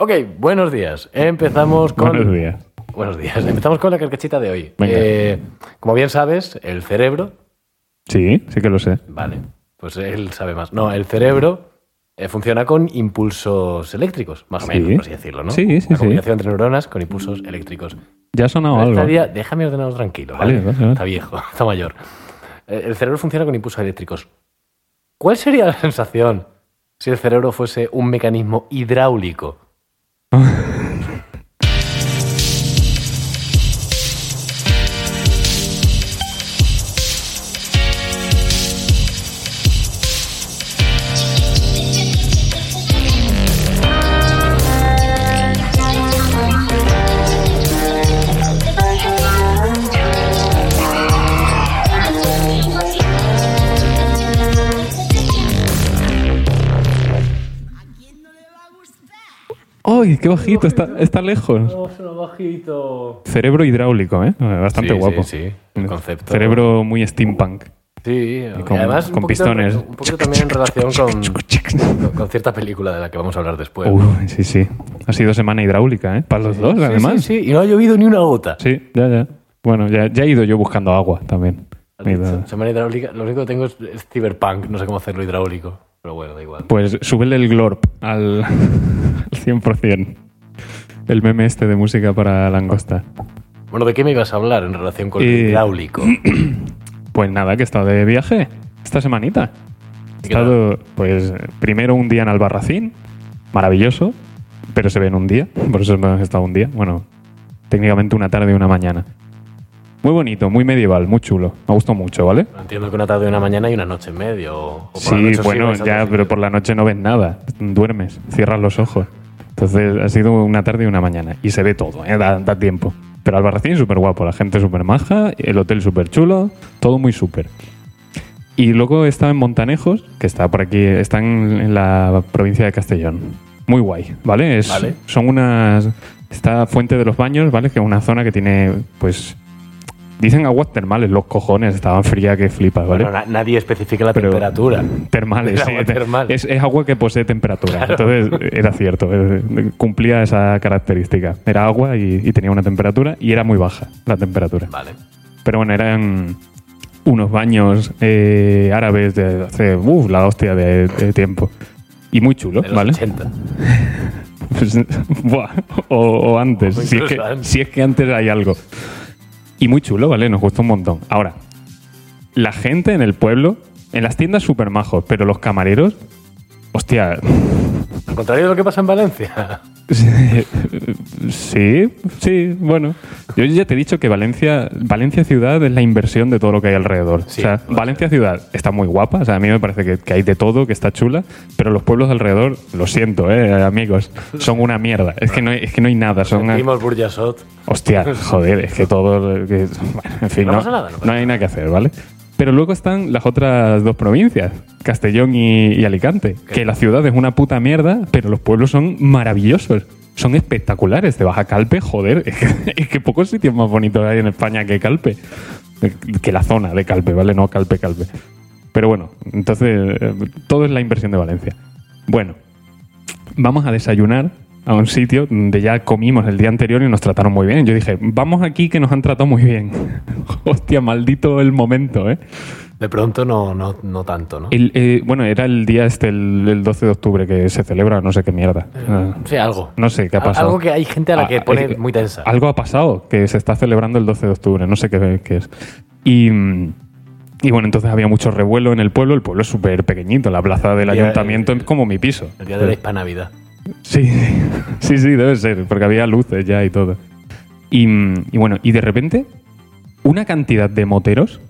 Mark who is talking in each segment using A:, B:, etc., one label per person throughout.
A: Ok, buenos días. Empezamos con.
B: Buenos días.
A: Buenos días. Empezamos con la carcachita de hoy.
B: Venga.
A: Eh, como bien sabes, el cerebro.
B: Sí, sí que lo sé.
A: Vale, pues él sabe más. No, el cerebro eh, funciona con impulsos eléctricos, más o
B: Sí.
A: menos, por así decirlo, ¿no?
B: Sí, sí,
A: La
B: sí.
A: comunicación entre neuronas con impulsos eléctricos.
B: Ya ha sonado
A: Pero
B: algo.
A: esta día- déjame ordenarlo tranquilo.
B: Vale,
A: ¿vale?
B: vale, vale.
A: Está viejo, está mayor. Eh, El cerebro funciona con impulsos eléctricos. ¿Cuál sería la sensación si el cerebro fuese un mecanismo hidráulico?
B: ¡Ay, qué bajito! Está, está lejos.
A: bajito.
B: Cerebro hidráulico, ¿eh? Bastante
A: Sí,
B: guapo.
A: sí, sí. El concepto.
B: Cerebro muy steampunk.
A: Sí, y
B: con-
A: además un
B: con
A: poquito-
B: pistones.
A: Un poquito también en relación con, con cierta película de la que vamos a hablar después.
B: Uy, sí, sí. Ha sido semana hidráulica, ¿eh? Para los dos,
A: Sí,
B: además.
A: Sí, sí, y no ha llovido ni una gota.
B: Sí, ya, ya. Bueno, ya, ya he ido yo buscando agua también.
A: Has dicho, Semana hidráulica, lo único que tengo es, es cyberpunk, no sé cómo hacerlo hidráulico, pero bueno, da igual.
B: Pues súbele el glorp al, al 100%. El meme este de música para langosta.
A: Bueno, ¿de qué me ibas a hablar en relación con
B: Eh,
A: lo hidráulico?
B: Pues nada, que he estado de viaje esta semanita. He
A: ¿Qué tal?
B: estado, pues, primero un día en Albarracín, maravilloso, pero se ve en un día, por eso hemos estado un día. Bueno, técnicamente una tarde y una mañana. Muy bonito, muy medieval, muy chulo. Me gustó mucho, ¿vale?
A: Entiendo que una tarde, una mañana y una noche en medio. o- o por la
B: Sí,
A: noche os
B: bueno,
A: ibais a
B: ya,
A: otro
B: pero
A: sitio.
B: por la noche no ves nada. Duermes, cierras los ojos. Entonces ha sido una tarde y una mañana. Y se ve todo, ¿eh? da, da tiempo. Pero Albarracín súper guapo, la gente súper maja, el hotel súper chulo, todo muy súper. Y luego estaba en Montanejos, que está por aquí, está en, en la provincia de Castellón. Muy guay, ¿vale? Es-
A: Vale.
B: Son unas... Está Fuente de los Baños, ¿vale? Que es una zona que tiene, pues... Dicen aguas termales, los cojones, estaban fría que flipas, ¿vale?
A: Bueno, na- nadie especifica la
B: Pero-
A: temperatura.
B: Termales,
A: El
B: sí,
A: agua
B: te-
A: termal.
B: Es, es agua que posee temperatura. Entonces era cierto, eh, cumplía esa característica. Era agua y, y tenía una temperatura y era muy baja la temperatura.
A: Vale.
B: Pero bueno, eran unos baños eh, árabes de hace uf, la hostia de, de tiempo. Y muy chulo,
A: De los
B: ¿vale?
A: 80.
B: Pues, buah, o, o antes,
A: O
B: si es,
A: incluso
B: que,
A: antes.
B: si es que antes hay algo. Y muy chulo, ¿vale? Nos gusta un montón. Ahora, la gente en el pueblo, en las tiendas súper majos, pero los camareros, hostia,
A: Al contrario de lo que pasa en Valencia.
B: sí, sí, bueno. Yo ya te he dicho que Valencia, Valencia ciudad es la inversión de todo lo que hay alrededor.
A: Sí,
B: o sea,
A: lo sé.
B: Valencia ciudad está muy guapa, o sea, a mí me parece que, que hay de todo, que está chula, pero los pueblos de alrededor, lo siento, eh, amigos, son una mierda. Es que no hay, es que no hay nada, son...
A: Vimos Burjasot.
B: Hostia, joder, es que todo. que- bueno, en fin,
A: Pues No
B: no,
A: pasa nada, no pasa
B: no hay nada que hacer, ¿vale? Pero luego están las otras dos provincias, Castellón y, y Alicante, que la ciudad es una puta mierda, pero los pueblos son maravillosos, son espectaculares. Te vas a Calpe, joder, es que, es que pocos sitios más bonitos hay en España que Calpe, que la zona de Calpe, ¿vale? No Calpe, Calpe. Pero bueno, entonces eh, todo es la inversión de Valencia. Bueno, vamos a desayunar a un sitio donde ya comimos el día anterior y nos trataron muy bien. Yo dije, vamos aquí que nos han tratado muy bien. Hostia, maldito el momento, ¿eh?
A: De pronto no, no, no tanto, ¿no?
B: El, eh, bueno, era el día este, el, el 12 de octubre que se celebra, no sé qué mierda. Ah,
A: Sí, algo.
B: No sé qué ha
A: Al-
B: pasado.
A: Algo que hay gente a la que
B: Ah,
A: pone
B: eh,
A: muy tensa.
B: Algo ha pasado, que se está celebrando el 12 de octubre, no sé qué, qué es. Y, mm, y bueno, entonces había mucho revuelo en el pueblo, el pueblo es súper pequeñito, la plaza del
A: El día-
B: ayuntamiento
A: el-
B: es como mi piso.
A: El día de la hispanavidad.
B: Sí, sí, sí, debe ser, porque había luces ya y todo. Y, mm, y bueno, y de repente, una cantidad de moteros,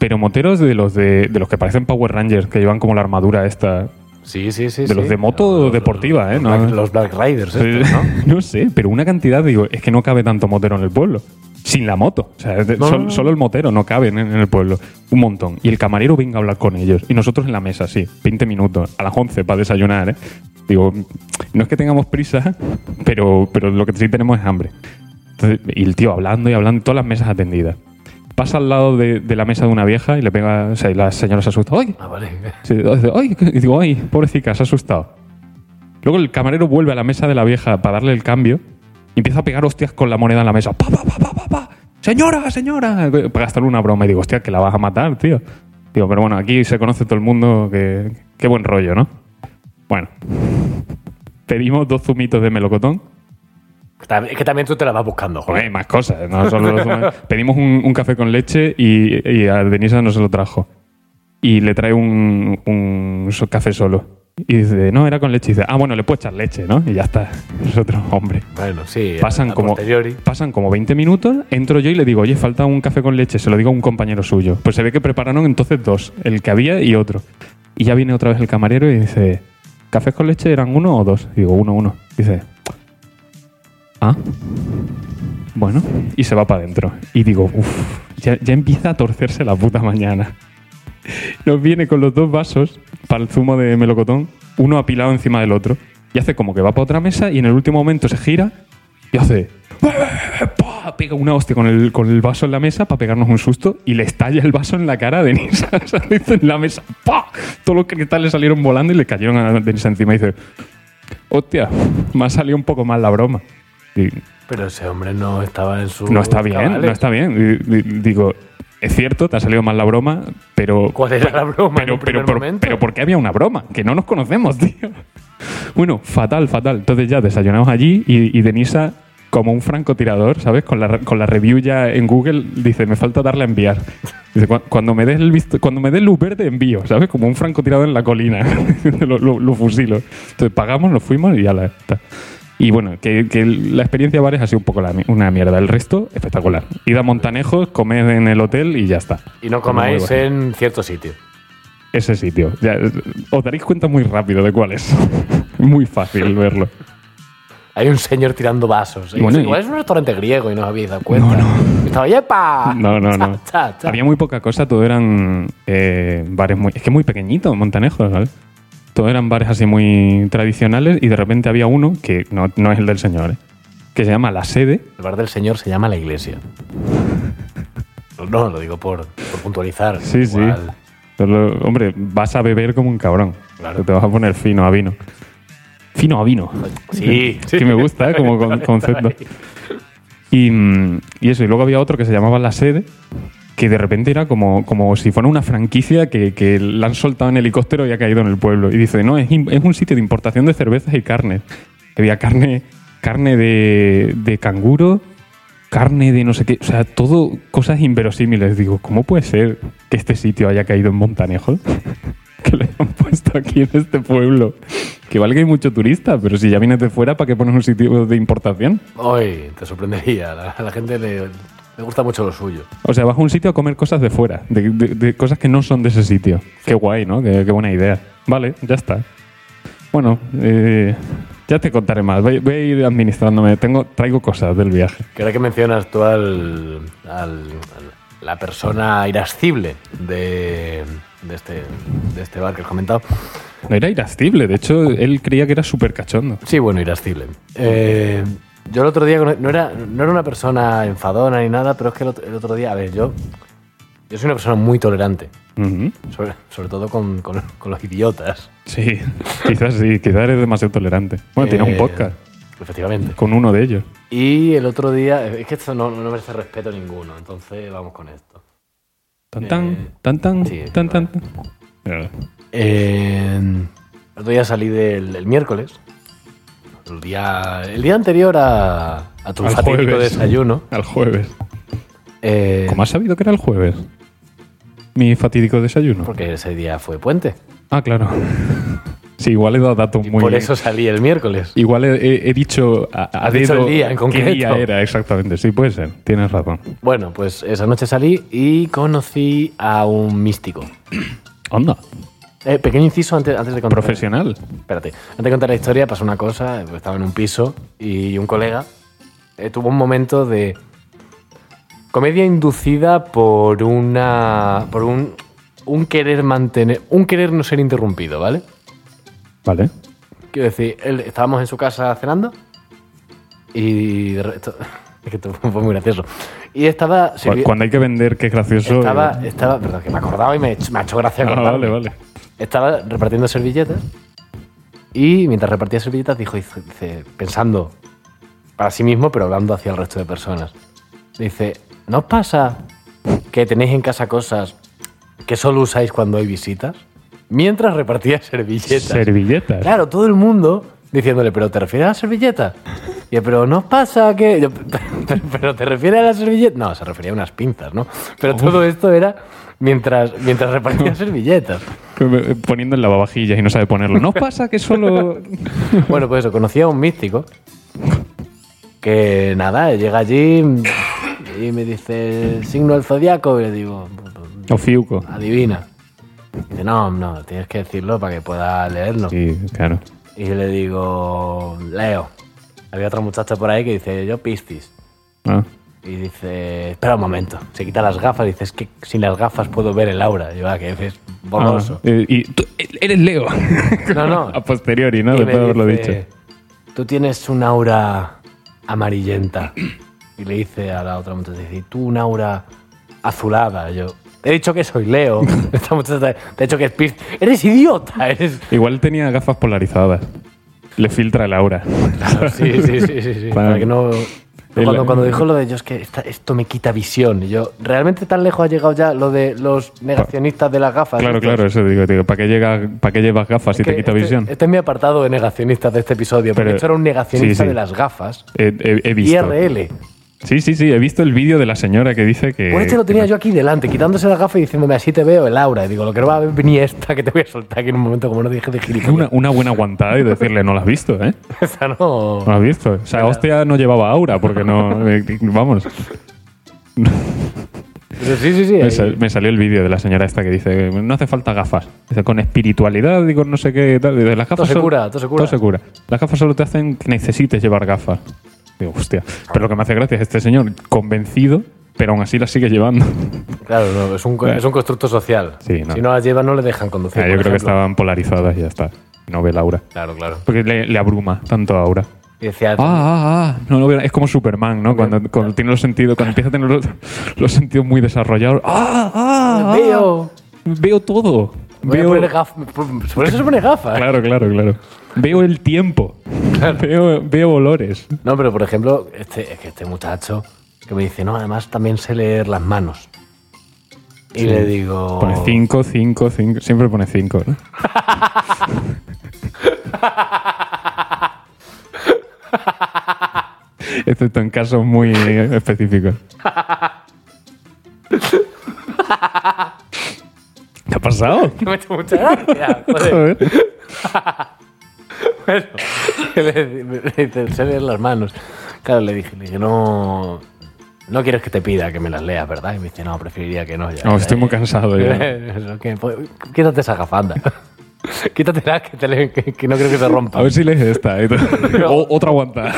B: pero moteros de los de, de los que parecen Power Rangers, que llevan como la armadura esta.
A: Sí, sí, sí.
B: De los
A: sí.
B: de moto deportiva, ¿eh?
A: Los,
B: No.
A: Black, los Black Riders, estos, ¿no?
B: No sé, pero una cantidad, digo, es que no cabe tanto motero en el pueblo. Sin la moto. O sea, de-
A: No,
B: sol-
A: no, no.
B: solo el motero no cabe en, en el pueblo. Un montón. Y el camarero venga a hablar con ellos. Y nosotros en la mesa, sí, 20 minutos, a las 11 para desayunar, ¿eh? Digo, no es que tengamos prisa, pero, pero lo que sí tenemos es hambre. Entonces, y el tío hablando y hablando, todas las mesas atendidas. Pasa al lado de, de la mesa de una vieja y le pega, o sea, y la señora se asusta. ¡Ay!
A: Ah, vale.
B: Sí, dice, ay, ¿qué?". y digo, ay, pobrecita, se ha asustado. Luego el camarero vuelve a la mesa de la vieja para darle el cambio y empieza a pegar hostias con la moneda en la mesa. ¡Pa, pa, pa, pa, pa, pa! ¡Señora, señora! Para gastarle una broma. Y digo, hostia, que la vas a matar, tío. Digo, pero bueno, aquí se conoce todo el mundo, que, qué buen rollo, ¿no? Bueno, pedimos dos zumitos de melocotón.
A: Es que también tú te la vas buscando,
B: Joder,
A: joder.
B: hay más cosas. no solo los zumas. Pedimos un, un café con leche y, y a Denisa no se lo trajo. Y le trae un, un so- café solo. Y dice, no, era con leche. Y dice, ah, bueno, le puedes echar leche, ¿no? Y ya está. Es otro hombre.
A: Bueno, sí.
B: Pasan
A: a
B: como,
A: posteriori.
B: pasan como 20 minutos, entro yo y le digo, oye, falta un café con leche, se lo digo a un compañero suyo. Pues se ve que prepararon entonces dos, el que había y otro. Y ya viene otra vez el camarero y dice, ¿cafés con leche eran uno o dos? Y digo, uno, uno. Dice, ah, bueno, y se va para adentro. Y digo, uff, ya, ya empieza a torcerse la puta mañana. Nos viene con los dos vasos para el zumo de melocotón, uno apilado encima del otro, y hace como que va para otra mesa y en el último momento se gira y hace... ¡pa! Pega una hostia con el, con el vaso en la mesa para pegarnos un susto y le estalla el vaso en la cara a Denisa. O sea, le hizo en la mesa. ¡pa! Todos los cristales salieron volando y le cayeron a Denisa encima. Y dice, hostia, me ha salido un poco mal la broma. Y
A: Pero ese hombre no estaba en su.
B: no está bien,
A: cabales.
B: no está bien. Y- y- Digo, es cierto, te ha salido mal la broma, pero.
A: ¿Cuál era la broma en
B: Pero,
A: un
B: pero,
A: primer
B: pero,
A: momento?
B: pero ¿por qué había una broma? Que no nos conocemos, tío. Bueno, fatal, fatal. Entonces ya desayunamos allí y, y Denisa, como un francotirador, ¿sabes? Con la, con la review ya en Google, dice, me falta darle a enviar. Dice, "Cu- cuando me des el visto- cuando me des luz verde, envío, ¿sabes? Como un francotirador en la colina. lo, lo- lo fusilo. Entonces pagamos, nos fuimos y ya la está. Y bueno, que, que la experiencia bares ha sido un poco la mi- una mierda. El resto, espectacular. Ir a Montanejos, comer en el hotel y ya está.
A: Y no
B: Muy
A: comáis
B: bueno.
A: en cierto sitio.
B: Ese sitio. Ya, eh, os daréis cuenta muy rápido de cuál es. muy fácil verlo.
A: Hay un señor tirando vasos.
B: Y bueno,
A: Igual
B: y-
A: es un restaurante griego y no os habéis dado cuenta. Estaba, ¡yepa!
B: No, no, no.
A: Cha, cha, cha.
B: Había muy poca cosa, todo eran eh, bares muy. Es que muy pequeñitos, Montanejos, ¿vale? Todo eran bares así muy tradicionales y de repente había uno que no, no es el del señor, ¿eh? que se llama La Sede.
A: El bar del señor se llama la iglesia. No, lo digo por, por puntualizar.
B: Sí, sí.
A: Igual.
B: Solo- hombre, vas a beber como un cabrón.
A: Claro.
B: Te vas a poner fino a vino. Fino a vino.
A: Sí,
B: Es que me gusta ¿eh? como con- concepto. Y, mm, y eso, y luego había otro que se llamaba La Sede, que de repente era como, como si fuera una franquicia que, que la han soltado en helicóptero y ha caído en el pueblo. Y dice, no, es, im- es un sitio de importación de cervezas y carne. Había carne, carne de, de canguro, carne de no sé qué, o sea, todo cosas inverosímiles. Digo, ¿cómo puede ser que este sitio haya caído en Montanejo? que le han puesto aquí en este pueblo. Que vale que hay mucho turista, pero si ya vienes de fuera, ¿para qué pones un sitio de importación?
A: Hoy te sorprendería. A la, a la gente le, le gusta mucho lo suyo.
B: O sea, vas a un sitio a comer cosas de fuera, de, de- de cosas que no son de ese sitio. Qué guay, ¿no? Qué, qué buena idea. Vale, ya está. Bueno, eh, ya te contaré más. Voy, voy a ir administrándome. Tengo, traigo cosas del viaje.
A: Que ahora que mencionas tú al, al- al- la persona irascible de, de este, de este bar que has comentado.
B: No era irascible, de hecho, él creía que era súper cachondo.
A: Sí, bueno, irascible. Eh, yo el otro día, cono- no era, no era una persona enfadona ni nada, pero es que el otro, el otro día, a ver, yo, yo soy una persona muy tolerante,
B: Ujú.
A: sobre, sobre todo con, con- con los idiotas.
B: Sí, quizás sí, quizás eres demasiado tolerante. Bueno, tienes
A: Eh,
B: un podcast
A: Efectivamente.
B: con uno de ellos.
A: Y el otro día, es que esto no, no merece respeto ninguno, entonces vamos con esto.
B: Tan tan,
A: Eh,
B: tan tan,
A: sí,
B: tan tan. tan.
A: Eh, el otro día salí del, del miércoles. El día, el día anterior a, a tu
B: Al
A: fatídico
B: jueves.
A: desayuno.
B: Al jueves.
A: eh,
B: ¿Cómo has sabido que era el jueves? Mi fatídico desayuno.
A: porque ese día fue puente.
B: Ah, claro. Sí, igual he dado datos muy.
A: Por eso salí el miércoles.
B: Igual he- he, he dicho a, a
A: Has dicho
B: dedo
A: el día en
B: qué
A: concreto.
B: día era, exactamente. Sí, puede ser. Tienes razón.
A: Bueno, pues esa noche salí y conocí a un místico.
B: Onda.
A: Eh, pequeño inciso antes, antes de contar.
B: Profesional.
A: Espérate. Antes de contar la historia, pasó una cosa. pues, Estaba en un piso y un colega eh, tuvo un momento de. Comedia inducida por una. por un. un querer mantener. un querer no ser interrumpido, ¿vale?
B: Vale.
A: Quiero decir, él- estábamos en su casa cenando y. de re- esto- es que esto fue muy gracioso. Y estaba.
B: Cu-
A: sirvi-
B: Cuando hay que vender, que es gracioso.
A: estaba,
B: eh,
A: estaba. Perdón, que me acordaba y me, he hecho- me ha hecho gracia
B: ah,
A: acordarme.
B: vale, vale.
A: Estaba repartiendo servilletas Y mientras repartía servilletas dijo, dice- dice, pensando para sí mismo, pero hablando hacia el resto de personas. Dice, ¿no os pasa que tenéis en casa cosas que solo usáis cuando hay visitas? Mientras repartía servilletas.
B: Servilletas.
A: Claro, todo el mundo diciéndole, ¿pero te refieres a la servilleta? Y yo, pero ¿no os pasa que...? yo, "Pero- ¿Pero te refieres a la servilleta? No, se refería a unas pinzas, ¿no? Pero todo esto era mientras, mientras repartía servilletas.
B: Poniendo en lavavajillas y no sabe ponerlo. ¿No os pasa que solo
A: Bueno, pues eso, conocí a un místico que nada, llega allí y me dice el signo del zodiaco y le digo, "Pues,
B: O Fiuco.
A: adivina. Dice, no, no, tienes que decirlo para que pueda leerlo.
B: Sí, claro.
A: Y le digo, Leo. Había otro muchacho por ahí que dice, yo Piscis.
B: Ah.
A: Y dice, espera un momento. Se quita las gafas y dice, es que sin las gafas puedo ver el aura. Y va, que es borroso.
B: Ah, eh, y tú eres Leo.
A: No, no.
B: A posteriori, ¿no?
A: Y
B: Después de
A: me
B: Ah, haberlo
A: dice,
B: dicho.
A: Tú tienes un aura amarillenta. Y le dice a la otra muchacha, dice, "Y tú un aura azulada. Y yo, he dicho que soy Leo. Esta muchacha te ha dicho que es Piscis. Eres idiota. Eres...
B: Igual tenía gafas polarizadas. Le filtra el aura.
A: Sí, sí, sí, sí. sí.
B: Para-
A: Para que no.
B: El-
A: Cuando, cuando dijo lo de yo es que esta- esto me quita visión. Y yo, ¿realmente tan lejos ha llegado ya lo de los negacionistas de las gafas?
B: Claro,
A: Estos-
B: claro, eso digo, digo. ¿Para qué, llega, ¿Para qué llevas gafas si
A: que
B: te quita
A: este-
B: visión?
A: Este es mi apartado de negacionistas de este episodio, porque
B: Pero-
A: esto era un negacionista
B: sí, sí.
A: de las gafas.
B: He, he- he visto.
A: IRL.
B: Sí, sí, sí. He visto el vídeo de la señora que dice Eh, que.
A: Pues este lo tenía yo aquí delante, quitándose las gafas y diciéndome así te veo el aura. Y digo, lo que no va a venir esta que te voy a soltar aquí en un momento como no te dije de gilipollas.
B: Una, una buena aguantada y decirle, no la has visto, ¿eh?
A: Esta no.
B: No la has visto. O sea, hostia no llevaba aura porque no. eh, Vamos.
A: Pero sí, sí, sí. ahí.
B: Me, sal- me salió el vídeo de la señora esta que dice no hace falta gafas. Dice, con espiritualidad y con no sé qué tal. Dice, las gafas
A: Todo se
B: solo-
A: cura, todo se cura.
B: Las gafas solo te hacen que necesites llevar gafas. Digo, hostia. Pero lo que me hace gracia es este señor convencido, pero aún así las sigue llevando.
A: Claro, no, es un, co-
B: Bueno.
A: es un constructo social.
B: Sí, no.
A: Si no las llevan, no le dejan conducir.
B: Ah,
A: por
B: yo creo que
A: ejemplo.
B: estaban polarizadas y ya está. No ve Laura.
A: Claro, claro.
B: Porque le, le abruma tanto a Aura.
A: Y decía,
B: Ah, ah, ah. No, no, es como Superman, ¿no? Cuando, cuando tiene los sentidos, cuando empieza a tener los, los sentidos muy desarrollados. ¡Ah, ah, ah!
A: veo.
B: Veo todo.
A: Voy a
B: veo
A: poner gafas. Por por eso se pone gafas.
B: Claro, claro, claro. Veo el tiempo. Veo, veo olores.
A: No, pero por ejemplo, este, es que este muchacho que me dice, no, además también sé leer las manos. Y le digo.
B: Pone 5, 5, 5. Siempre pone 5, ¿no? Excepto en casos muy específicos. ¿Qué ha pasado?
A: Me ha hecho mucha gracia. joder.
B: Joder.
A: Bueno, le, le dice, sé leer las manos. Claro, le dije, le dije, no. No quieres que te pida que me las leas, ¿verdad? Y me dice, no, preferiría que no. Ya,
B: No, estoy muy cansado ya.
A: Eso, que, pues, quítate esa gafanda. Quítatela que, te le- que- que no creo que se rompa.
B: A ver si lees esta. eh. O- otra aguanta.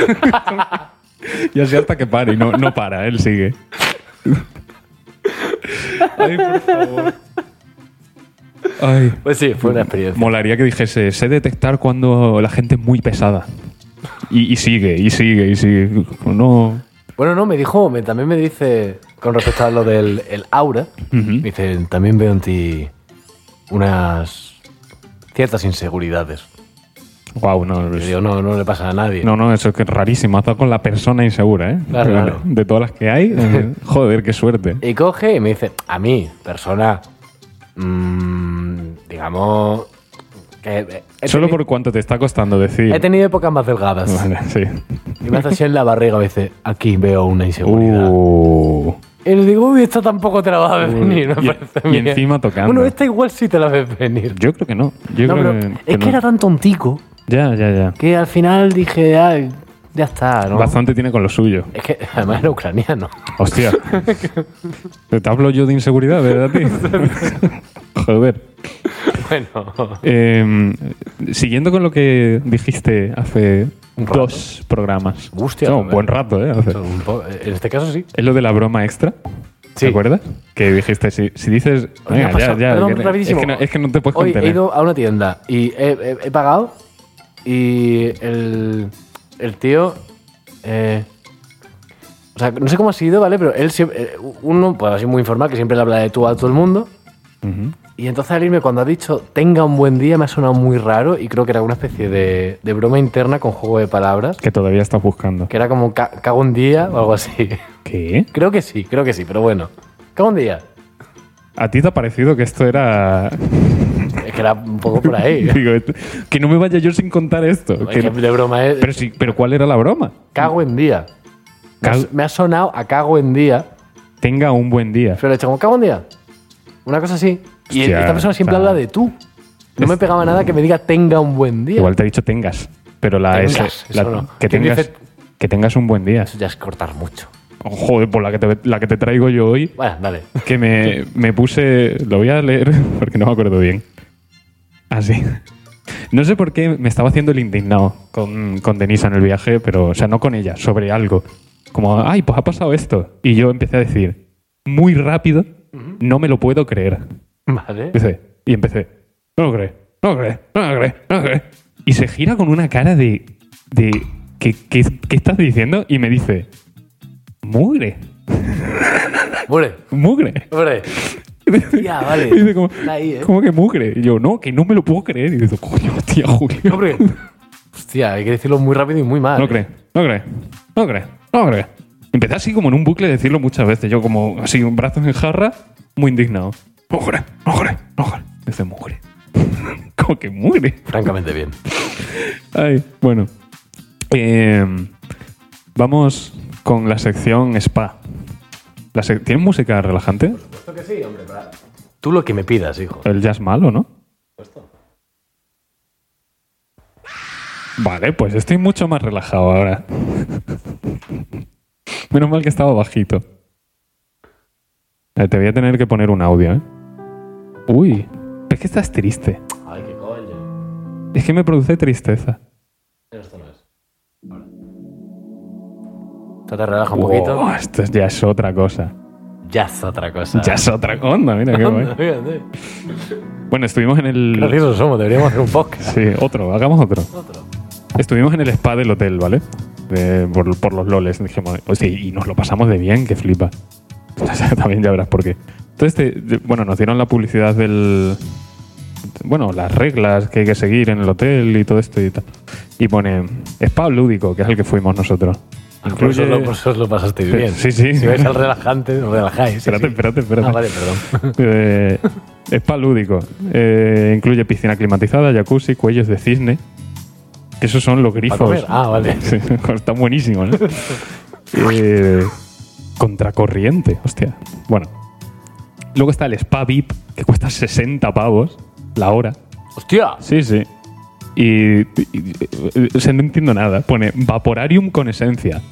B: y así hasta que pare. Y no, no para, él sigue. Ay, por favor. Ay.
A: Pues sí, fue una experiencia.
B: Molaría que dijese, sé detectar cuando la gente es muy pesada. Y, y sigue, y sigue, y sigue. No.
A: Bueno, no, me dijo, me- también me dice, con respecto a lo del el aura, me dice, también veo en ti unas ciertas inseguridades.
B: Wow, no.
A: Yo
B: es-
A: digo, no, no le pasa a nadie.
B: No, no, eso es que es rarísimo. Has dado con la persona insegura, ¿eh?
A: Claro, claro. Eh,
B: De todas las que hay. eh, Joder, qué suerte.
A: Y coge y me dice, a mí, persona, mm, digamos, que he- he,
B: Solo
A: teni-
B: por cuánto te está costando decir.
A: he tenido épocas más delgadas.
B: Vale, sí.
A: Y me hace así en la barriga, me dice, aquí veo una inseguridad.
B: Uh.
A: Y le digo, uy, esta tampoco te la vas a ver venir, me
B: Y-
A: parece
B: y
A: bien".
B: encima tocando.
A: Bueno, esta igual sí te la ves venir.
B: Yo creo que no. Yo
A: No, pero
B: creo que,
A: es que
B: no.
A: era tan tontico
B: Ya, ya, ya.
A: que al final dije, "Ay, ya está, ¿no?
B: Bastante tiene con lo suyo.
A: Es que además era ucraniano.
B: Hostia. Te hablo yo de inseguridad, ¿verdad? tío? Joder.
A: Bueno,
B: Eh, siguiendo con lo que dijiste hace
A: Un rato.
B: dos programas.
A: Hostia,
B: No,
A: a
B: un
A: ver.
B: buen rato, ¿eh? Hace.
A: un po- en este caso sí.
B: Es lo de la broma extra.
A: Sí.
B: ¿Te acuerdas? Que dijiste, si, si dices.
A: Oye, me
B: venga,
A: ha pasado. Perdón,
B: que te-
A: rapidísimo.
B: es, que no, es que no te puedes
A: Hoy
B: contener.
A: he ido a una tienda y he, he- he pagado y el, el tío... eh, o sea, no sé cómo ha sido, ¿vale? Pero él siempre... eh, Uno, pues así muy informal, que siempre le habla de tú a todo el mundo.
B: Ujú.
A: Y entonces al irme, cuando ha dicho tenga un buen día, me ha sonado muy raro y creo que era una especie de, de broma interna con juego de palabras,
B: Que todavía estás buscando.
A: que era como "Ca- cago un día o algo así.
B: ¿Qué?
A: creo que sí, creo que sí, pero bueno. Cago un día.
B: ¿A ti te ha parecido que esto era.
A: Es que era un poco por ahí. Es
B: Digo, esto- que no me vaya yo sin contar esto. que-
A: que de broma es
B: pero, sí, pero ¿cuál era la broma?
A: cago en día. Me ha-
B: Cago-
A: Me ha sonado a cago en día.
B: Tenga un buen día.
A: Pero le he hecho como, cago en día. Una cosa así. Y
B: Hostia,
A: esta persona siempre
B: está.
A: habla de tú. No me pegaba nada que me diga tenga un buen día.
B: Igual te ha dicho tengas. Pero la
A: Tengas,
B: S- la-
A: eso no.
B: que,
A: ¿Quién
B: tengas
A: dice-
B: que tengas un buen día.
A: Eso ya es cortar mucho.
B: Oh, joder, por la que, te, la que te traigo yo hoy,
A: Bueno, dale.
B: que me, me puse. Lo voy a leer porque no me acuerdo bien. Así. No sé por qué me estaba haciendo el indignado con, con Denisa en el viaje, pero, o sea, no con ella, sobre algo. Como, ay, pues ha pasado esto. Y yo empecé a decir, muy rápido, no me lo puedo creer.
A: Vale.
B: Empecé, y empecé, no lo cree, no lo cree, no lo cree, no lo cree. Y se gira con una cara de, de ¿qué, qué, qué estás diciendo? Y me dice, mugre,
A: Hombre,
B: mugre.
A: hombre. Ya, vale.
B: Y dice como,
A: Está ahí, ¿eh?
B: "¿Cómo que mugre? Y yo, no, que no me lo puedo creer. Y dice, coño, hostia, Julio.
A: Hombre. Hostia, hay que decirlo muy rápido y muy mal.
B: No cree, no cree, no cree, no cree. Empecé así como en un bucle de decirlo muchas veces. Yo como así, brazos en jarra, muy indignado. No cree, no cree, no cree. Dice, mugre. como que mugre.
A: Francamente bien.
B: Ay, bueno. Eh, vamos con la sección spa. La sec- ¿Tiene música relajante?
A: Esto que sí, hombre. Tú lo que me pidas, hijo.
B: El jazz malo, ¿no? Vale, pues estoy mucho más relajado ahora. Menos mal que estaba bajito. Eh, te voy a tener que poner un audio, ¿eh? Uy, es que estás triste.
A: Ay, qué coño.
B: Es que me produce tristeza.
A: Esto no es. Esto te relaja un poquito.
B: Wow, Oh, esto ya es otra cosa.
A: Ya es otra cosa.
B: Ya es otra onda, mira qué guay.
A: Fíjate.
B: Bueno, estuvimos en el.
A: Graciosos somos, deberíamos hacer un podcast.
B: Sí, otro, hagamos otro.
A: Otro.
B: Estuvimos en el spa del hotel, ¿vale? De- por, por los loles. Dijimos, "Hostia, y nos lo pasamos de bien, que flipa. También ya verás por qué. Entonces, te- te- bueno, nos dieron la publicidad del. Bueno, las reglas que hay que seguir en el hotel y todo esto y tal. Y pone spa lúdico, que es el que fuimos nosotros.
A: Por eso, lo, por eso os lo pasasteis
B: Sí,
A: bien.
B: sí, sí.
A: Si vais al relajante, os relajáis. sí,
B: Espérate,
A: sí.
B: espérate, espérate.
A: Ah, vale, perdón.
B: Eh, spa lúdico. Eh, incluye piscina climatizada, jacuzzi, cuellos de cisne. Esos son los
A: ¿Para
B: grifos.
A: comer? Ah, vale.
B: Sí, Están buenísimos, ¿no? Eh, contracorriente, hostia. Bueno. Luego está el spa VIP, que cuesta 60 pavos la hora.
A: ¡Hostia!
B: Sí, sí. Y, y- y- o sea, no entiendo nada. Pone vaporarium con esencia.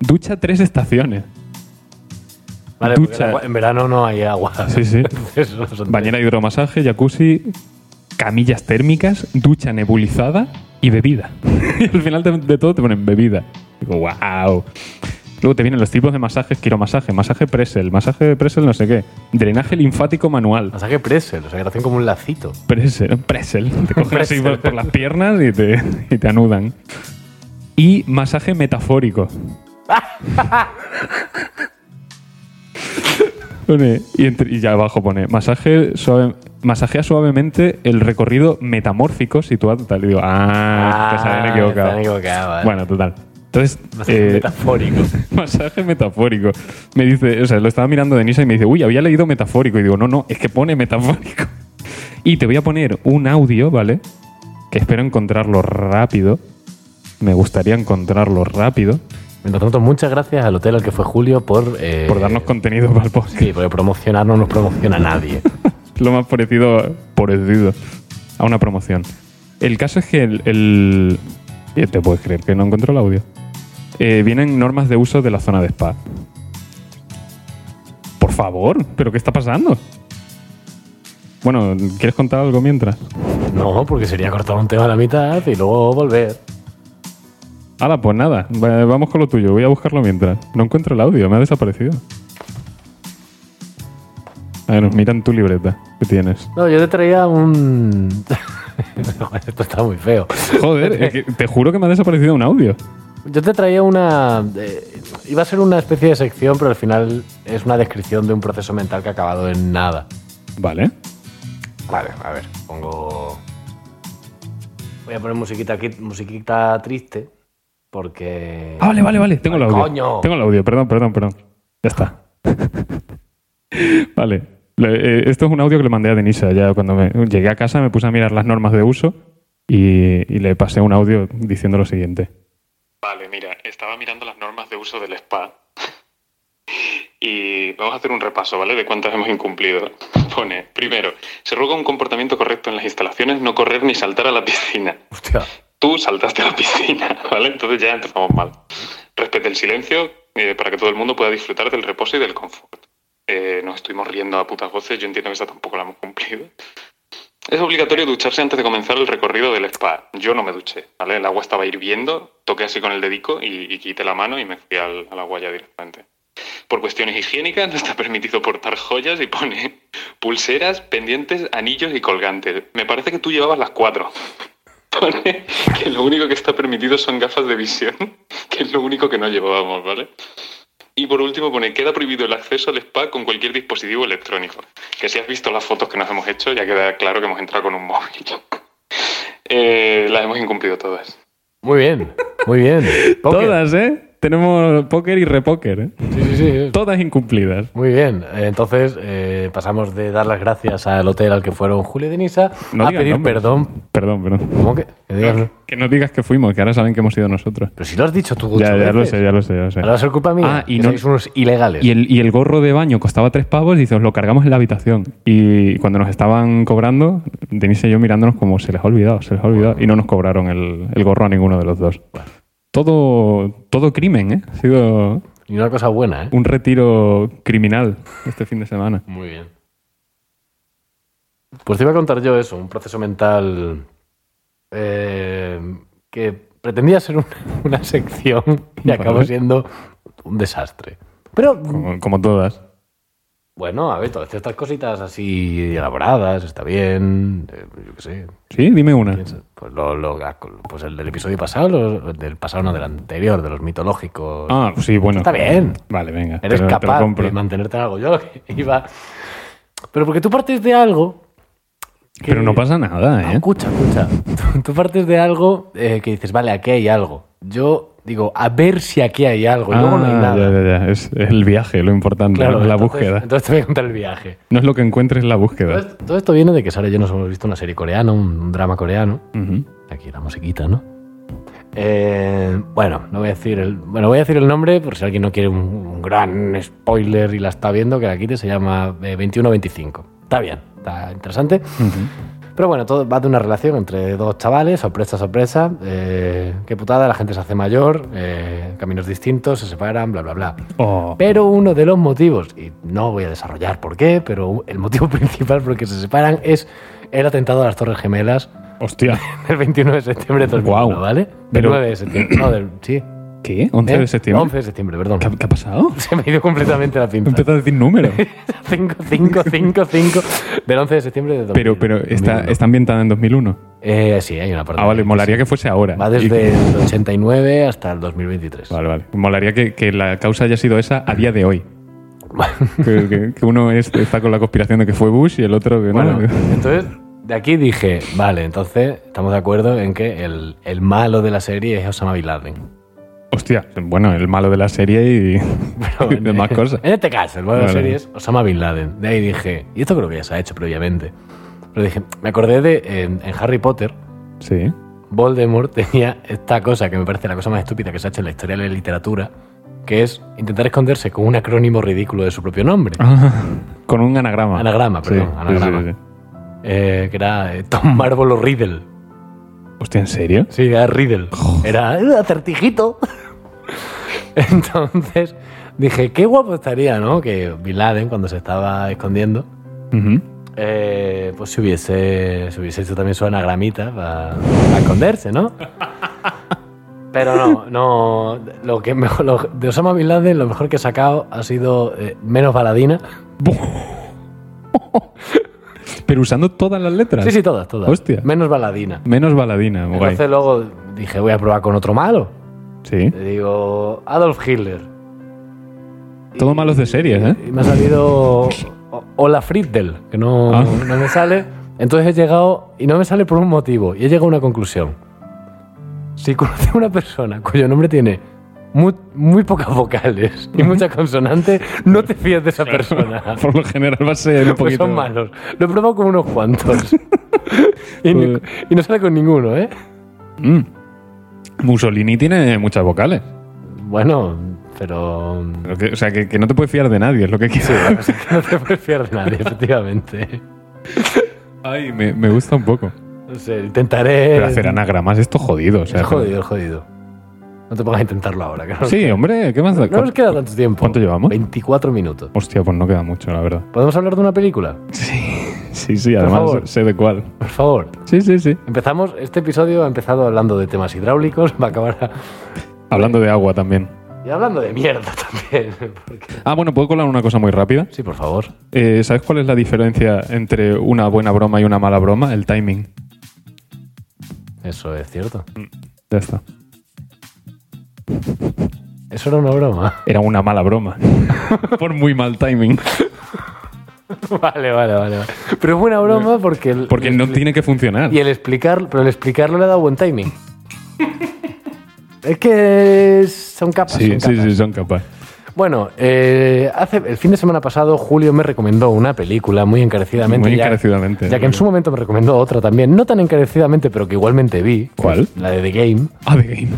B: Ducha tres estaciones.
A: Vale, porque
B: Ducha.
A: el agua- en verano no hay agua.
B: Sí, sí.
A: Entonces, no son-
B: Bañera de hidromasaje, jacuzzi, camillas térmicas, ducha nebulizada y bebida. y al final de, de todo te ponen bebida. Digo, wow. Luego te vienen los tipos de masajes, quiromasaje, masaje presel, masaje de presel no sé qué, drenaje linfático manual,
A: Masaje presel, o sea, que hacen como un lacito.
B: presel, presel. te cogen así
A: Presel.
B: por, por las piernas y te, y te anudan. Y masaje metafórico. Pone- y, entre- y ya abajo pone masaje suave, masajea suavemente el recorrido metamórfico situado tal. Y digo, ah, pues se habían equivocado.
A: se habían equivocado, vale.
B: Bueno, total. Entonces,
A: Masaje
B: eh,
A: metafórico.
B: masaje metafórico. Me dice, o sea, lo estaba mirando Denisa y me dice, uy, había leído metafórico. Y digo, no, no, es que pone metafórico. Y te voy a poner un audio, ¿vale? Que espero encontrarlo rápido. Me gustaría encontrarlo rápido
A: Mientras tanto, muchas gracias al hotel al que fue Julio por... eh,
B: por darnos contenido para el podcast.
A: Sí, porque promocionar no nos promociona nadie.
B: lo más parecido, parecido a una promoción. El caso es que el, el- eh, te puedes creer que no encuentro el audio. Eh, vienen normas de uso de la zona de spa. Por favor, pero ¿qué está pasando? Bueno, ¿quieres contar algo mientras?
A: No, porque sería cortar un tema a la mitad y luego volver.
B: Hala, pues nada, va- vamos con lo tuyo, voy a buscarlo mientras. No encuentro el audio, me ha desaparecido. A ver, mira en tu libreta que tienes.
A: No, yo te traía un... Joder, Esto está muy feo.
B: Joder, es que te juro que me ha desaparecido un audio.
A: Yo te traía una. eh, iba a ser una especie de sección, pero al final es una descripción de un proceso mental que ha acabado en nada.
B: Vale.
A: Vale, a ver, pongo. Voy a poner musiquita, aquí- musiquita triste. Porque.
B: Ah, vale, vale, vale. Tengo el
A: Ay,
B: audio.
A: coño.
B: Tengo el audio, perdón, perdón, perdón. Ya está. vale. Le- eh, esto es un audio que le mandé a Denisa. Ya cuando me- llegué a casa me puse a mirar las normas de uso y, y le pasé un audio diciendo lo siguiente.
C: Vale, mira, estaba mirando las normas de uso del spa y vamos a hacer un repaso, ¿vale? De cuántas hemos incumplido. Pone, primero, se ruega un comportamiento correcto en las instalaciones, no correr ni saltar a la piscina.
A: Hostia.
C: Tú saltaste a la piscina, ¿vale? Entonces ya empezamos mal. Respete el silencio eh, para que todo el mundo pueda disfrutar del reposo y del confort. Eh, nos estuvimos riendo a putas voces, yo entiendo que esa tampoco la hemos cumplido. Es obligatorio ducharse antes de comenzar el recorrido del spa. Yo no me duché, ¿vale? El agua estaba hirviendo, toqué así con el dedico y, y quité la mano y me fui al, al agua ya directamente. Por cuestiones higiénicas no está permitido portar joyas y pone pulseras, pendientes, anillos y colgantes. Me parece que tú llevabas las cuatro. Pone que lo único que está permitido son gafas de visión, que es lo único que no llevábamos, ¿vale? Y por último pone, queda prohibido el acceso al spa con cualquier dispositivo electrónico. Que si has visto las fotos que nos hemos hecho, ya queda claro que hemos entrado con un móvil. Eh, las hemos incumplido todas.
A: Muy bien, muy bien. Poker.
B: Todas, ¿eh? Tenemos póker y repóker, ¿eh?
A: Sí, sí, sí.
B: Todas incumplidas.
A: Muy bien, eh, entonces eh, pasamos de dar las gracias al hotel al que fueron Julio y Denisa
B: No
A: a
B: digas
A: pedir
B: nombres.
A: perdón.
B: Perdón, perdón.
A: ¿Cómo que? Que digas-
B: Que no digas que fuimos, que ahora saben que hemos ido nosotros.
A: Pero si lo has dicho tú.
B: Ya,
A: ocho
B: ya lo
A: veces.
B: sé, ya lo sé, ya lo sé.
A: Ahora va a ser culpa mía.
B: Ah, y
A: que
B: no-
A: sois unos ilegales.
B: Y el, y el gorro de baño costaba tres pavos y dice, os lo cargamos en la habitación. Y cuando nos estaban cobrando, Denise y yo mirándonos como, se les ha olvidado, se les ha olvidado. Y no nos cobraron el, el gorro a ninguno de los dos. Todo, todo crimen, ¿eh? Ha sido
A: Y una cosa buena, ¿eh?
B: un retiro criminal este fin de semana.
A: Muy bien. Pues te iba a contar yo eso, un proceso mental eh, que pretendía ser una, una sección y acabó
B: Vale.
A: siendo un desastre. Pero
B: Como, como todas.
A: bueno, a ver, todas estas cositas así elaboradas, está bien, eh, yo qué sé.
B: Sí, dime una.
A: piensa- Pues, lo, lo- pues el del episodio pasado, lo- del pasado no, del anterior, de los mitológicos.
B: Ah, sí, bueno.
A: Está bien.
B: Vale, venga. te
A: Eres
B: lo- te lo
A: capaz
B: compro.
A: de mantenerte en algo. Yo lo que iba. Pero porque tú partes de algo. que- Ah,
B: Pero no pasa
A: No,
B: nada, ¿eh?
A: escucha, escucha. Tú, tú partes de algo eh, que dices, vale, aquí hay algo. Yo digo, a ver si aquí hay algo. Y pues luego no hay
B: Ah,
A: nada.
B: ya, ya, ya. Es, es el viaje lo importante, ¿no? la
A: entonces-
B: búsqueda.
A: Entonces te voy a contar el viaje.
B: No es lo que encuentres, es la búsqueda.
A: Todo esto, todo esto viene de que Sara y yo nos hemos visto una serie coreana, un, un drama coreano.
B: Ujú.
A: Aquí la musiquita, ¿no? Eh, bueno, no voy a decir el. Bueno, voy a decir el nombre por si alguien no quiere un, un gran spoiler y la está viendo, que la quite, se llama eh, 2125. Está bien, está interesante. Pero bueno, todo va de una relación entre dos chavales, sorpresa, sorpresa. eh, qué putada, la gente se hace mayor, eh, caminos distintos, se separan, bla, bla, bla.
B: Oh,
A: Pero uno de los motivos, y no voy a desarrollar por qué, pero el motivo principal por el que se separan es el atentado a las Torres Gemelas
B: hostia.
A: el 29 de septiembre de 2001,
B: Guau.
A: ¿vale? Del
B: Pero-
A: 9 de septiembre. No, del, sí.
B: ¿Qué? ¿11
A: ¿Eh?
B: de septiembre?
A: 11 de septiembre, perdón.
B: ¿Qué, ha- qué ha pasado?
A: Se me ha ido completamente la pinta.
B: Empieza a decir números.
A: 5, 5, 5, 5 del 11 de septiembre de 2001.
B: Pero, pero está, está ambientada en 2001.
A: Eh, sí, hay una parte.
B: Ah, vale, molaría que fuese ahora.
A: Va
B: Y-
A: desde el 89 hasta el 2023.
B: Vale, vale. Molaría que, que la causa haya sido esa a día de hoy. Que, que- que uno es- está con la conspiración de que fue Bush y el otro que
A: Bueno,
B: no.
A: entonces, de aquí dije, vale, entonces estamos de acuerdo en que el, el malo de la serie es Osama Bin Laden.
B: Hostia, bueno, el malo de la serie y,
A: Pero
B: y
A: en-
B: demás cosas.
A: En este caso, el modo
B: Vale.
A: de la serie es Osama Bin Laden. De ahí dije, y esto creo que ya se ha hecho previamente. Pero dije, me acordé de en, en Harry Potter,
B: Sí.
A: Voldemort tenía esta cosa que me parece la cosa más estúpida que se ha hecho en la historia de la literatura, que es intentar esconderse con un acrónimo ridículo de su propio nombre.
B: Ah, con un anagrama.
A: Anagrama,
B: Sí,
A: perdón,
B: sí,
A: anagrama.
B: sí, sí.
A: Eh, que era eh, Tom Marvolo Riddle.
B: Hostia, ¿en serio?
A: Sí, era Riddle.
B: Oh.
A: Era "Eh, acertijito. Entonces dije, qué guapo estaría, ¿no? Que Bin Laden, cuando se estaba escondiendo,
B: Ujú.
A: Eh, pues si hubiese, si hubiese hecho también su anagramita para esconderse, ¿no? Pero no, no. Lo que mejor, lo- de Osama Bin Laden, lo mejor que he sacado ha sido eh, menos baladina.
B: Pero usando todas las letras.
A: Sí, sí, todas, todas.
B: Hostia.
A: Menos baladina.
B: Menos baladina, guay.
A: Entonces luego dije, voy a probar con otro malo.
B: Sí.
A: Le digo, Adolf Hitler.
B: Todo malos de series, ¿eh?
A: Y me ha salido O- Ola Friedel, que no,
B: Ah.
A: no me sale. Entonces he llegado, y no me sale por un motivo, y he llegado a una conclusión. Si conoces a una persona cuyo nombre tiene muy, muy pocas vocales y muchas consonantes, no te fíes de esa persona.
B: Por lo general va a ser un
A: Pues
B: poquito.
A: son malos. Lo he probado con unos cuantos. y, ni-
B: Pues-
A: y no sale con ninguno, ¿eh?
B: Mm. Mussolini tiene muchas vocales.
A: Bueno, pero.
B: Pero que- o sea, que, que no te puedes fiar de nadie, es lo que quiero decir.
A: No te puedes fiar de nadie, efectivamente.
B: Ay, me, me gusta un poco.
A: No sé, intentaré.
B: Pero hacer anagramas, esto jodido. O sea,
A: Eh, Es jodido, es jodido. No te pongas a intentarlo ahora, que no,
B: Sí, hombre, ¿qué más da?
A: no nos queda tanto tiempo.
B: ¿Cuánto llevamos?
A: 24 minutos.
B: Hostia, pues no queda mucho, la verdad.
A: ¿Podemos hablar de una película?
B: Sí, sí,
A: favor.
B: además sé de cuál.
A: Por favor.
B: Sí, sí, sí.
A: Empezamos, este episodio ha empezado hablando de temas hidráulicos, va a acabar a-
B: Hablando de agua también.
A: y hablando de mierda también. porque-
B: Ah, bueno, ¿puedo colar una cosa muy rápida?
A: Sí, por favor.
B: Eh, ¿Sabes cuál es la diferencia entre una buena broma y una mala broma? El timing.
A: Eso es cierto.
B: Ya está.
A: Eso era una broma.
B: Era una mala broma. Por muy mal timing.
A: vale, vale, vale. vale. Pero es buena broma porque... el-
B: Porque
A: el
B: no
A: expli-
B: tiene que funcionar.
A: Y el explicar, pero el explicarlo le ha dado buen timing. es que son capas.
B: Sí,
A: son
B: sí,
A: capas.
B: sí, son capaces.
A: Bueno, eh, hace, el fin de semana pasado Julio me recomendó una película muy encarecidamente.
B: Muy
A: ya-
B: encarecidamente,
A: Ya que en
B: Julio.
A: su momento me recomendó otra también, no tan encarecidamente, pero que igualmente vi.
B: ¿Cuál?
A: La de The Game.
B: Ah, de game.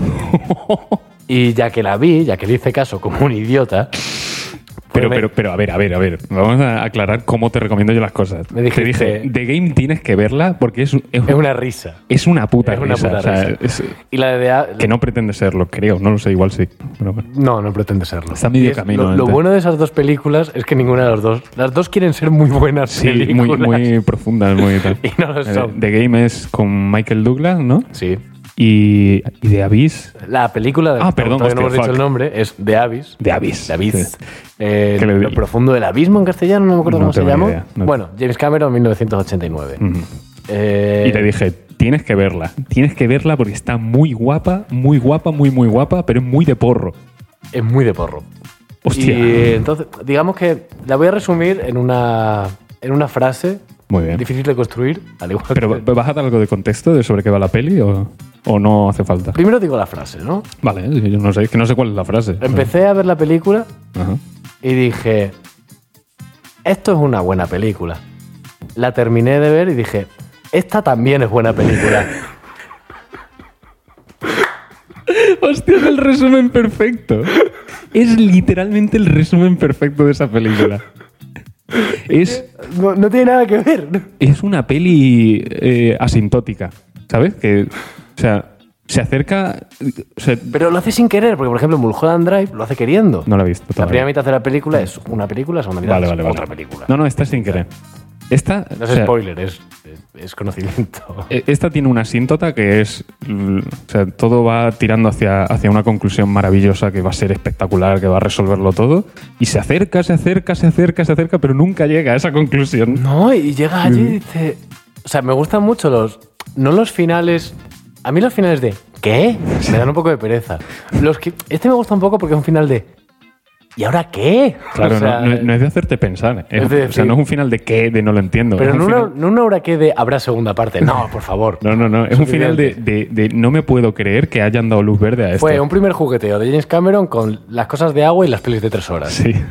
A: Y ya que la vi, ya que le hice caso como un idiota, pues
B: pero,
A: me-
B: pero, pero, a ver, a ver, a ver. Vamos a aclarar cómo te recomiendo yo las cosas.
A: Me dijiste-
B: te dije, The Game tienes que verla porque es, es,
A: es una risa.
B: es una puta
A: es una
B: risa.
A: puta
B: o sea,
A: risa.
B: es-
A: Y la de... ah, A-
B: que no pretende serlo, creo. No lo sé, igual sí. Pero bueno.
A: No, no pretende serlo.
B: Está medio
A: Y es-
B: camino
A: Lo, lo
B: entre-
A: bueno de esas dos películas es que ninguna de las dos. Las dos quieren ser muy buenas
B: Sí, muy,
A: películas.
B: muy profunda, muy tal. Eh,
A: Y no lo son.
B: The Game es con Michael Douglas, ¿no?
A: Sí.
B: Y, y de Abyss.
A: La película de
B: Ah, perdón,
A: todavía no hemos
B: hostia,
A: dicho
B: fuck.
A: el nombre, es The Abyss.
B: De Abyss.
A: The Abyss.
B: Sí.
A: Eh,
B: Que le-
A: lo profundo del abismo en castellano, no me acuerdo
B: No
A: cómo se
B: tengo ni
A: llamó.
B: idea, no-
A: Bueno, James Cameron, 1989.
B: Ujú.
A: Eh,
B: Y le dije, tienes que verla. Tienes que verla porque está muy guapa, muy guapa, muy, muy guapa, pero es muy de porro.
A: Es muy de porro.
B: Hostia.
A: Y eh, entonces, digamos que la voy a resumir en una, en una frase
B: Muy bien.
A: difícil de construir, al igual
B: Pero
A: que-
B: ¿va- ¿vas a dar algo de contexto de sobre qué va la peli o, o no hace falta?
A: Primero digo la frase, ¿no?
B: Vale, sí, yo no sé, que no sé cuál es la frase.
A: Empecé a ver la película
B: Ajá.
A: y dije, esto es una buena película. La terminé de ver y dije, esta también es buena película.
B: Hostia, es el resumen perfecto. Es literalmente el resumen perfecto de esa película. Es,
A: No, no tiene nada que ver.
B: es una peli eh, asintótica, ¿sabes? Que, o sea, se acerca... o sea,
A: Pero lo hace sin querer, porque por ejemplo Mulholland Drive lo hace queriendo.
B: no la he visto.
A: la
B: todavía.
A: primera mitad de la película es una película, la segunda mitad
B: Vale,
A: es
B: vale, vale.
A: otra película.
B: No, no, esta es sin querer. Esta,
A: No
B: o
A: es
B: sea,
A: spoiler, es, es- es conocimiento.
B: e- esta tiene una asíntota que es. mm, O sea, todo va tirando hacia, hacia una conclusión maravillosa que va a ser espectacular, que va a resolverlo todo. Y se acerca, se acerca, se acerca, se acerca, pero nunca llega a esa conclusión.
A: No, y llega allí y
B: Mm.
A: dice. O sea, me gustan mucho los. No los finales. A mí los finales de. ¿Qué? Me dan un poco de pereza. Los que, este me gusta un poco porque es un final de. ¿Y ahora qué?
B: Claro,
A: O sea, eh,
B: no, no es- no es de hacerte pensar. Es-
A: es de
B: o sea,
A: decir-
B: no es un final de qué, de no lo entiendo.
A: Pero
B: es un
A: no una,
B: final-
A: no una hora que de. Habrá segunda parte. No, por favor.
B: no, no, no, Es un final de, de- de no me puedo creer que hayan dado luz verde a esto.
A: Fue un primer jugueteo de James Cameron con las cosas de agua y las pelis de tres horas.
B: Sí.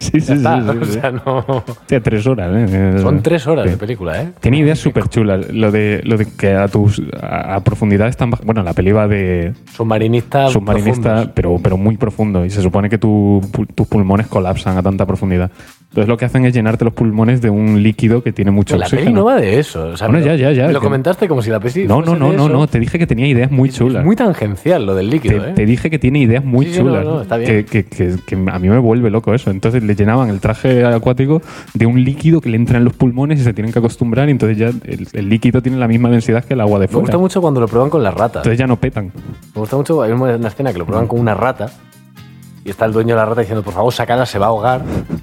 B: Sí, sí, sí.
A: Está,
B: sí,
A: o
B: sí.
A: sea, no.
B: Hostia, tres horas, ¿eh?
A: Son tres horas
B: Sí.
A: de película, ¿eh?
B: Tiene ideas súper chulas. Lo de, lo de que a, tus, a, a profundidad están. baj- Bueno, la peli va de
A: Submarinista.
B: submarinista,
A: profundos.
B: pero, pero muy profundo. Y se supone que tu pul- tus pulmones colapsan a tanta profundidad. Entonces lo que hacen es llenarte los pulmones de un líquido que tiene mucho
A: Pues la
B: oxígeno.
A: peli no va de eso. O sea,
B: Bueno,
A: me lo-
B: ya, ya, ya,
A: me Lo
B: que-
A: comentaste como si la peli.
B: no, no,
A: fuese
B: no,
A: de
B: no,
A: eso.
B: no, Te dije que tenía ideas muy chulas.
A: Muy tangencial lo del líquido,
B: te,
A: ¿eh?
B: te dije que tiene ideas muy
A: Sí, sí, no,
B: chulas.
A: no, está bien.
B: Que, que- que- que a mí me vuelve loco eso. Entonces le llenaban el traje acuático de un líquido que le entra en los pulmones y se tienen que acostumbrar. Y entonces ya el, el líquido tiene la misma densidad que el agua de
A: Me gusta
B: fuera.
A: mucho cuando lo prueban con las ratas.
B: Entonces ya no petan.
A: Me gusta mucho, hay una escena que lo prueban con una rata y está el dueño de la rata diciendo, por favor, sacala, se va a ahogar.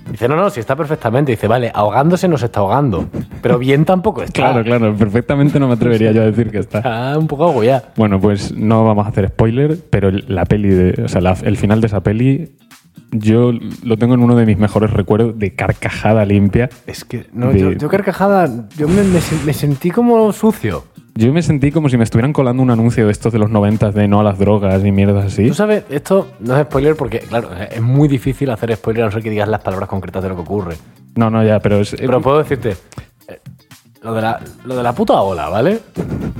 A: Dice, no, no, si está perfectamente. Dice, vale, ahogándose nos está ahogando, pero bien tampoco está.
B: Claro, claro, perfectamente no me atrevería yo a decir que está.
A: Está un poco agobiada.
B: Bueno, pues no vamos a hacer spoiler, pero el- la peli, de, o sea, la- el final de esa peli yo lo tengo en uno de mis mejores recuerdos de carcajada limpia.
A: Es que, no,
B: De-
A: yo, yo carcajada, yo me, me sen- me sentí como sucio.
B: Yo me sentí como si me estuvieran colando un anuncio de estos de los 90 de no a las drogas y mierdas así.
A: Tú sabes, esto no es spoiler porque, claro, es muy difícil hacer spoiler a no ser que digas las palabras concretas de lo que ocurre.
B: No, no, ya, pero es.
A: Eh, Pero puedo decirte, eh, lo de la, lo de la puta ola, ¿vale?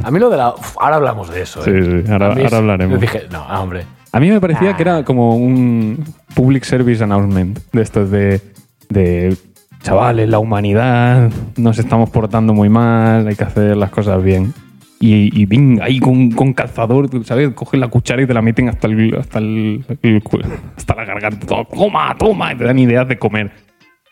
A: A mí lo de la... uf, ahora hablamos de eso.
B: Sí,
A: ¿eh?
B: sí, ahora-
A: A mí es-
B: ahora hablaremos.
A: Yo dije, no, ah, hombre.
B: A mí me parecía
A: Ah.
B: que era como un public service announcement de estos de, de chavales, la humanidad, nos estamos portando muy mal, hay que hacer las cosas bien. Y, y venga, ahí con, con calzador, tú ¿sabes? Cogen la cuchara y te la meten hasta el, hasta el- el cu- hasta la garganta. todo, Toma, toma, y te dan ideas de comer.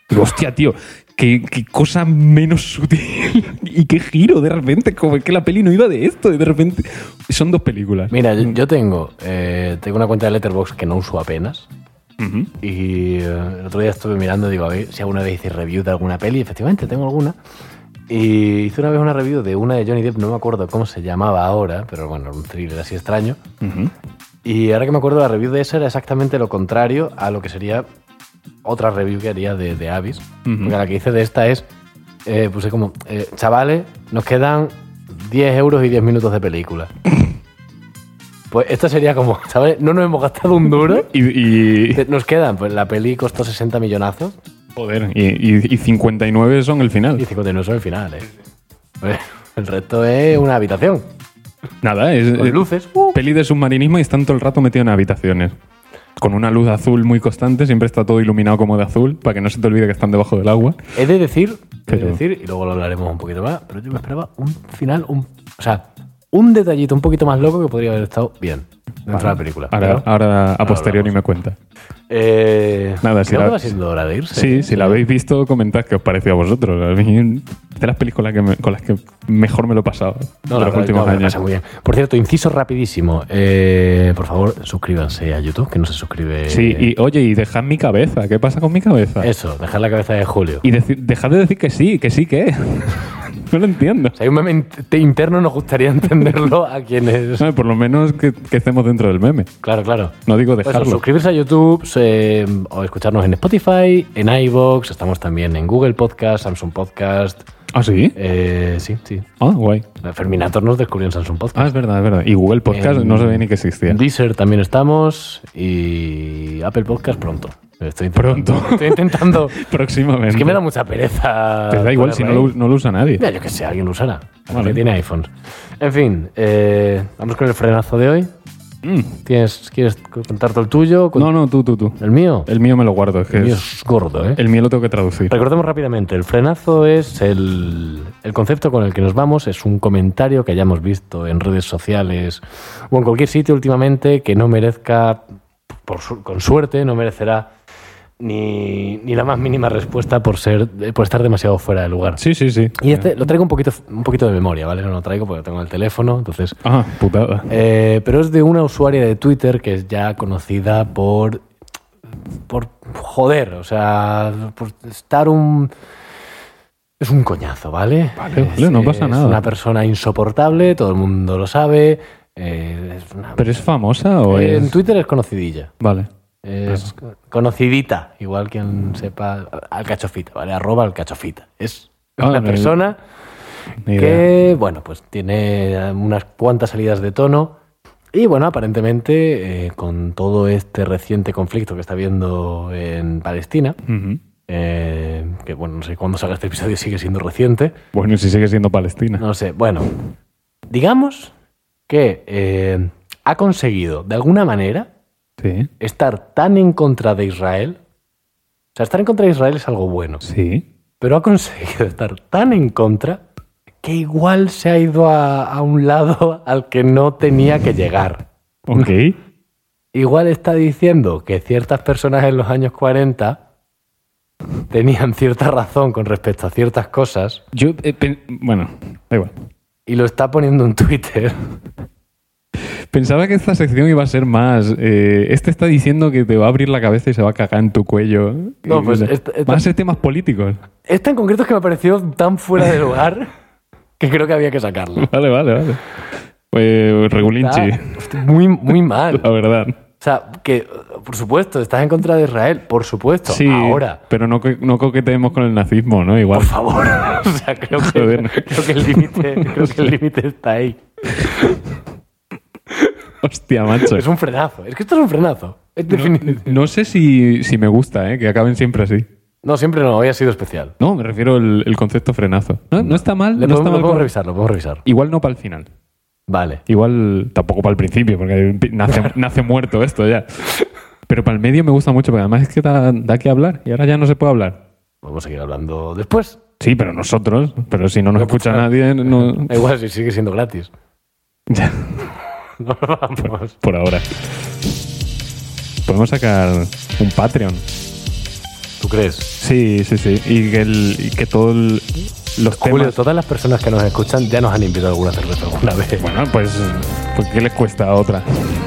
B: Digo, hostia, tío, qué, qué cosa menos sutil y qué giro de repente, como que la peli no iba de esto, y de repente son dos películas.
A: Mira, yo, yo tengo, eh, tengo una cuenta de Letterboxd que no uso apenas.
B: Ujú.
A: Y eh, el otro día estuve mirando, digo, a ver si alguna vez hice review de alguna peli. Efectivamente, tengo alguna. Y hice una vez una review de una de Johnny Depp, no me acuerdo cómo se llamaba ahora, pero bueno, era un thriller así extraño.
B: Ujú.
A: Y ahora que me acuerdo, la review de esa era exactamente lo contrario a lo que sería otra review que haría de, de Abyss.
B: Ujú.
A: Porque la que hice de esta es, eh, puse como, eh, chavales, nos quedan 10 euros y 10 minutos de película. pues esta sería como, chavales, no nos hemos gastado un duro.
B: Y, y-
A: Te- Nos quedan, pues la peli costó 60 millonazos
B: joder, y, y- y 59 son el
A: y
B: final.
A: 59 son el final, ¿eh? Pues, el resto es una habitación,
B: Nada, es
A: con
B: es
A: luces. ¡uh!
B: peli de submarinismo y están todo el rato metido en habitaciones. Con una luz azul muy constante, siempre está todo iluminado como de azul, para que no se te olvide que están debajo del agua.
A: He de decir, he de
B: Pero-
A: decir, y luego lo hablaremos un poquito más, pero yo me esperaba un final, un, o sea, un detallito un poquito más loco que podría haber estado bien dentro de la película.
B: Ahora, ah.
A: pero,
B: ahora a
A: ahora
B: posteriori
A: hablamos.
B: me cuenta.
A: eh,
B: Nada, si
A: creo
B: la-
A: que va siendo hora de irse.
B: Sí, si la habéis visto, comentad qué os pareció a vosotros. A mí es de las películas con las que, me- con las que mejor me lo he pasado
A: No,
B: de
A: la
B: los
A: verdad,
B: últimos
A: no, me
B: años.
A: pasa muy bien. Por cierto, inciso rapidísimo. eh, por favor, suscríbanse a YouTube, que no se suscribe.
B: Sí, y oye, y dejad mi cabeza. ¿Qué pasa con mi cabeza?
A: Eso, dejar la cabeza de Julio.
B: Y deci- dejad de decir que sí, que sí, que es. no lo entiendo.
A: O sea, hay un meme in- interno, nos gustaría entenderlo a quienes.
B: No, por lo menos que, que estemos dentro del meme.
A: Claro, claro.
B: No digo
A: Pues eso,
B: dejarlo.
A: suscribirse a YouTube se- o escucharnos en Spotify, en iVoox, estamos también en Google Podcast, Samsung Podcast.
B: ¿Ah, sí?
A: eh, sí, sí.
B: Ah, guay.
A: Ferminator nos descubrió en Samsung
B: Ah,
A: Podcast.
B: es verdad, es verdad. Y Google Podcast
A: En-
B: no sabía ni que existía.
A: En Deezer también estamos y Apple Podcast pronto. Estoy intentando-
B: Pronto.
A: Estoy intentando.
B: Próximamente.
A: es que me da mucha pereza.
B: Te da igual si no
A: ponerlo
B: lo,
A: ahí.
B: us- no lo usa nadie.
A: Ya, yo que sé, alguien lo usará. Alguien
B: Vale.
A: que tiene iPhone. En fin, eh, vamos con el frenazo de hoy.
B: Mm.
A: ¿Tienes, ¿Quieres contarte el tuyo?
B: No, no, tú, tú, tú.
A: ¿El mío?
B: El mío me lo guardo. Es que
A: El mío
B: es-
A: es gordo, ¿eh?
B: el mío lo tengo que traducir.
A: Recordemos rápidamente, el frenazo es el, el concepto con el que nos vamos, es un comentario que hayamos visto en redes sociales o en cualquier sitio últimamente que no merezca, por su- con suerte, no merecerá ni, ni la más mínima respuesta por, ser, por estar demasiado fuera de lugar.
B: Sí, sí, sí.
A: Y este lo traigo un poquito, un poquito de memoria, ¿vale? No lo traigo porque lo tengo en el teléfono, entonces
B: Ah, putada.
A: eh, pero es de una usuaria de Twitter que es ya conocida por. por joder, o sea, por estar un. Es un coñazo, ¿vale?
B: Vale,
A: Es,
B: vale, no pasa nada.
A: Es una persona insoportable, todo el mundo lo sabe. eh, es una-
B: ¿Pero es famosa o
A: Eh, En
B: es...?
A: Twitter es conocidilla.
B: Vale.
A: Es conocidita, igual quien sepa. Alcachofita, ¿vale? Arroba alcachofita. Es
B: Ah,
A: una
B: no,
A: persona
B: Ni idea.
A: que, bueno, pues tiene unas cuantas salidas de tono. Y bueno, aparentemente, eh, con todo este reciente conflicto que está habiendo en Palestina,
B: Ujú.
A: eh, que bueno, no sé cuándo salga este episodio, sigue siendo reciente,
B: Bueno, y si sigue siendo Palestina.
A: no sé, bueno, digamos que eh, ha conseguido, de alguna manera,
B: Sí,
A: estar tan en contra de Israel. O sea, estar en contra de Israel es algo bueno.
B: sí.
A: pero ha conseguido estar tan en contra que igual se ha ido a, a un lado al que no tenía que llegar.
B: Ok.
A: Igual está diciendo que ciertas personas en los años 40 tenían cierta razón con respecto a ciertas cosas
B: Yo, eh, pen- bueno, da igual.
A: y lo está poniendo en Twitter.
B: Pensaba que esta sección iba a ser más. eh, este está diciendo que te va a abrir la cabeza y se va a cagar en tu cuello.
A: No,
B: Y-
A: pues, esta- esta-
B: Van a ser temas políticos.
A: Esta Este en concreto es que me pareció tan fuera de lugar que creo que había que sacarla.
B: Vale, vale, vale. Pues, Regulinchi,
A: Está muy, muy mal.
B: la verdad.
A: O sea, que, por supuesto, estás en contra de Israel, por supuesto,
B: Sí,
A: ahora.
B: pero no, co- no coqueteemos con el nazismo, ¿no? Igual.
A: Por favor. O sea, creo
B: Joder,
A: que,
B: no.
A: creo que el límite creo que el límite está ahí.
B: Hostia, macho.
A: Es un frenazo. Es que esto es un frenazo. Es definitivo.
B: No sé si, si me gusta, ¿eh? Que acaben siempre así.
A: No, siempre no. Hoy ha sido especial.
B: No, me refiero al el concepto frenazo. No, no está mal.
A: Le
B: no
A: podemos, lo
B: está mal
A: podemos
B: con-
A: revisar, lo podemos revisar.
B: Igual no para el final.
A: Vale.
B: Igual tampoco para el principio, porque nace, nace muerto esto ya. Pero para el medio me gusta mucho, porque además es que da, da que hablar. Y ahora ya no se puede hablar.
A: Vamos a seguir hablando después.
B: Sí, pero nosotros. Pero si no nos
A: No
B: escucha
A: pasa nada.
B: nadie, no.
A: Da igual si sigue siendo gratis.
B: Ya,
A: No, vamos.
B: por ahora. Podemos sacar un Patreon.
A: ¿Tú crees?
B: Sí, sí, sí. Y que, el, y que todo el- los
A: Julio,
B: temas.
A: todas las personas que nos escuchan ya nos han invitado alguna cerveza alguna vez.
B: Bueno, pues, pues ¿qué les cuesta a otra?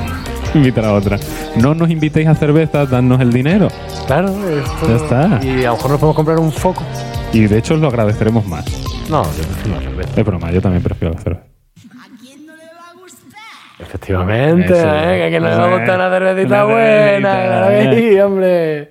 B: Invitar a otra. No nos invitéis a cerveza, dadnos el dinero.
A: Claro, esto-
B: Ya está.
A: Y a lo mejor nos podemos comprar un foco.
B: Y de hecho os lo agradeceremos más.
A: No, yo prefiero una cerveza.
B: Es broma, yo también prefiero la cerveza.
D: ¿A quién no le va a gustar?
A: Efectivamente,
B: Eso.
A: ¿eh? que aquí nos
B: Bueno,
A: gusta una
B: una
A: cervecita
B: cervecita,
A: buena. claro que
B: eh.
A: sí, hombre.